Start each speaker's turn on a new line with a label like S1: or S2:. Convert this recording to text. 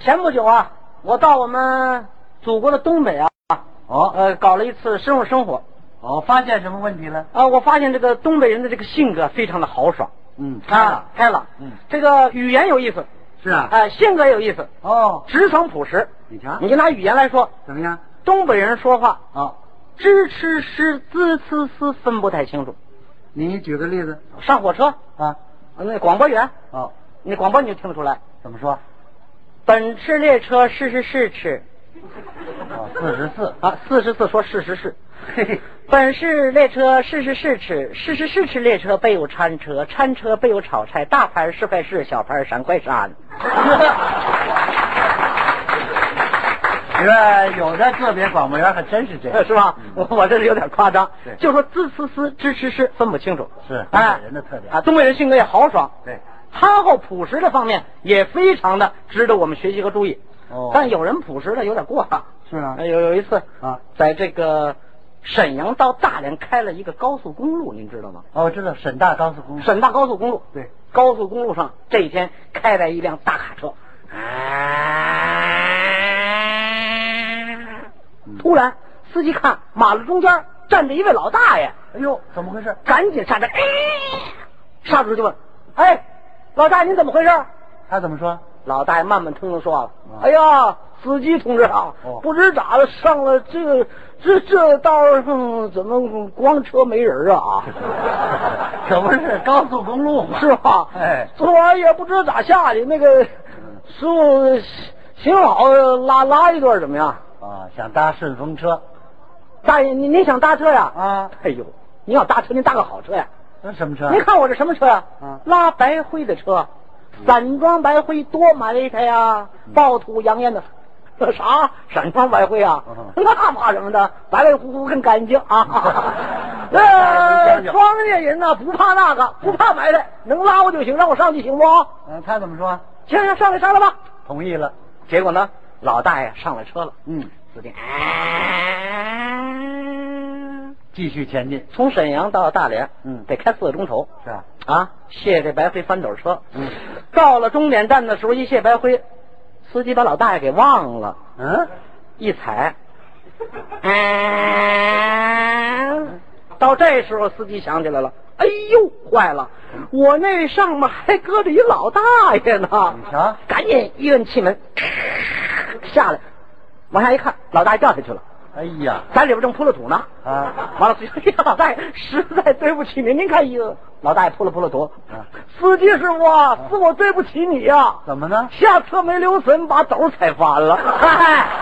S1: 前不久啊，我到我们祖国的东北啊，
S2: 哦
S1: 呃，搞了一次深入生活。
S2: 哦，发现什么问题了？
S1: 啊，我发现这个东北人的这个性格非常的豪爽，
S2: 嗯，
S1: 啊，开朗，
S2: 嗯
S1: 这个语言有意思，
S2: 是啊，
S1: 哎、性格有意思，
S2: 哦，
S1: 直诚朴实。
S2: 你瞧
S1: 你就拿语言来说，
S2: 怎么样？
S1: 东北人说话
S2: 哦，
S1: 支吃吃滋呲呲分不太清楚。
S2: 你举个例子
S1: 上火车，
S2: 啊？
S1: 那广播员，啊
S2: 哦，
S1: 那广播你就听得出来。
S2: 怎么说？
S1: 本次列车是是是吃
S2: 哦，四十四，
S1: 啊，四十四说是是是。
S2: 嘿嘿，
S1: 本市列车是是是吃，是是是吃列车备有餐车，餐车备有炒菜，大盘是块是，小盘三块 三。
S2: 你说有的个别广播员还真是这样，
S1: 是吧？我我这是有点夸张
S2: 嗯对，
S1: 就说滋呲呲、吱吃吃分不清楚，
S2: 是东
S1: 哎
S2: 北人的特点
S1: 啊。东北人性格也豪爽，
S2: 对，
S1: 憨厚朴实的方面也非常的值得我们学习和注意。
S2: 哦
S1: 但有人朴实的有点过了。
S2: 是啊
S1: 哎有有一次
S2: 啊，
S1: 在这个沈阳到大连开了一个高速公路，您知道吗？
S2: 哦，我知道沈大高速公路，
S1: 沈大高速公路，
S2: 嗯对，
S1: 高速公路上这一天开来一辆大卡车，突然司机看马路中间站着一位老大爷，
S2: 哎呦，怎么回事？
S1: 赶紧刹车，哎刹住就问：“哎，老大您怎么回事？”
S2: 他怎么说？
S1: 老大爷慢慢腾腾说了：“
S2: 嗯
S1: 哎呀，司机同志啊，
S2: 哦
S1: 不知咋的上了这个这这道上怎么光车没人 啊？
S2: 可不是高速公路嘛，
S1: 是吧？
S2: 哎嗯
S1: 昨晚也不知咋下去，那个师傅行好拉拉一段怎么样？
S2: 啊，想搭顺风车
S1: 大爷，您您想搭车呀？
S2: 啊？
S1: 哎呦，您要搭车，您搭个好车呀！
S2: 那什么车？
S1: 您看我这什么车呀？
S2: 嗯
S1: 拉白灰的车，散装白灰多埋汰呀，暴土扬烟的。 这啥散装白灰啊？
S2: 嗯！
S1: 那怕什么的？白白乎乎更干净 啊呃，庄稼人呐、不怕那个，不怕埋汰，能拉我就行，让我上去行不？
S2: 嗯，他怎么说？
S1: 行行，上来杀了吧。
S2: 同意了。
S1: 结果呢，老大爷上了车了，
S2: 嗯，
S1: 司机
S2: 继续前进。
S1: 从沈阳到大连，
S2: 嗯
S1: 得开四个钟头
S2: 是啊，
S1: 啊。卸这白灰翻斗车，
S2: 嗯，
S1: 到了终点站的时候，一卸白灰，司机把老大爷给忘了，
S2: 嗯，
S1: 一踩，哎到这时候司机想起来了，哎呦，坏了，我那上面还搁着一老大爷呢。
S2: 你瞧
S1: 赶紧一摁气门，下来，往下一看，老大爷掉下去了，
S2: 哎呀，
S1: 咱里边正铺了土呢。
S2: 啊，
S1: 完了， 司机说：“老大爷，实在对不起您，您看一个。”老大爷扑了扑了头
S2: 啊。
S1: 司机师傅啊，是我对不起你呀、
S2: 怎么呢？
S1: 下车没留神把斗踩翻了。嗨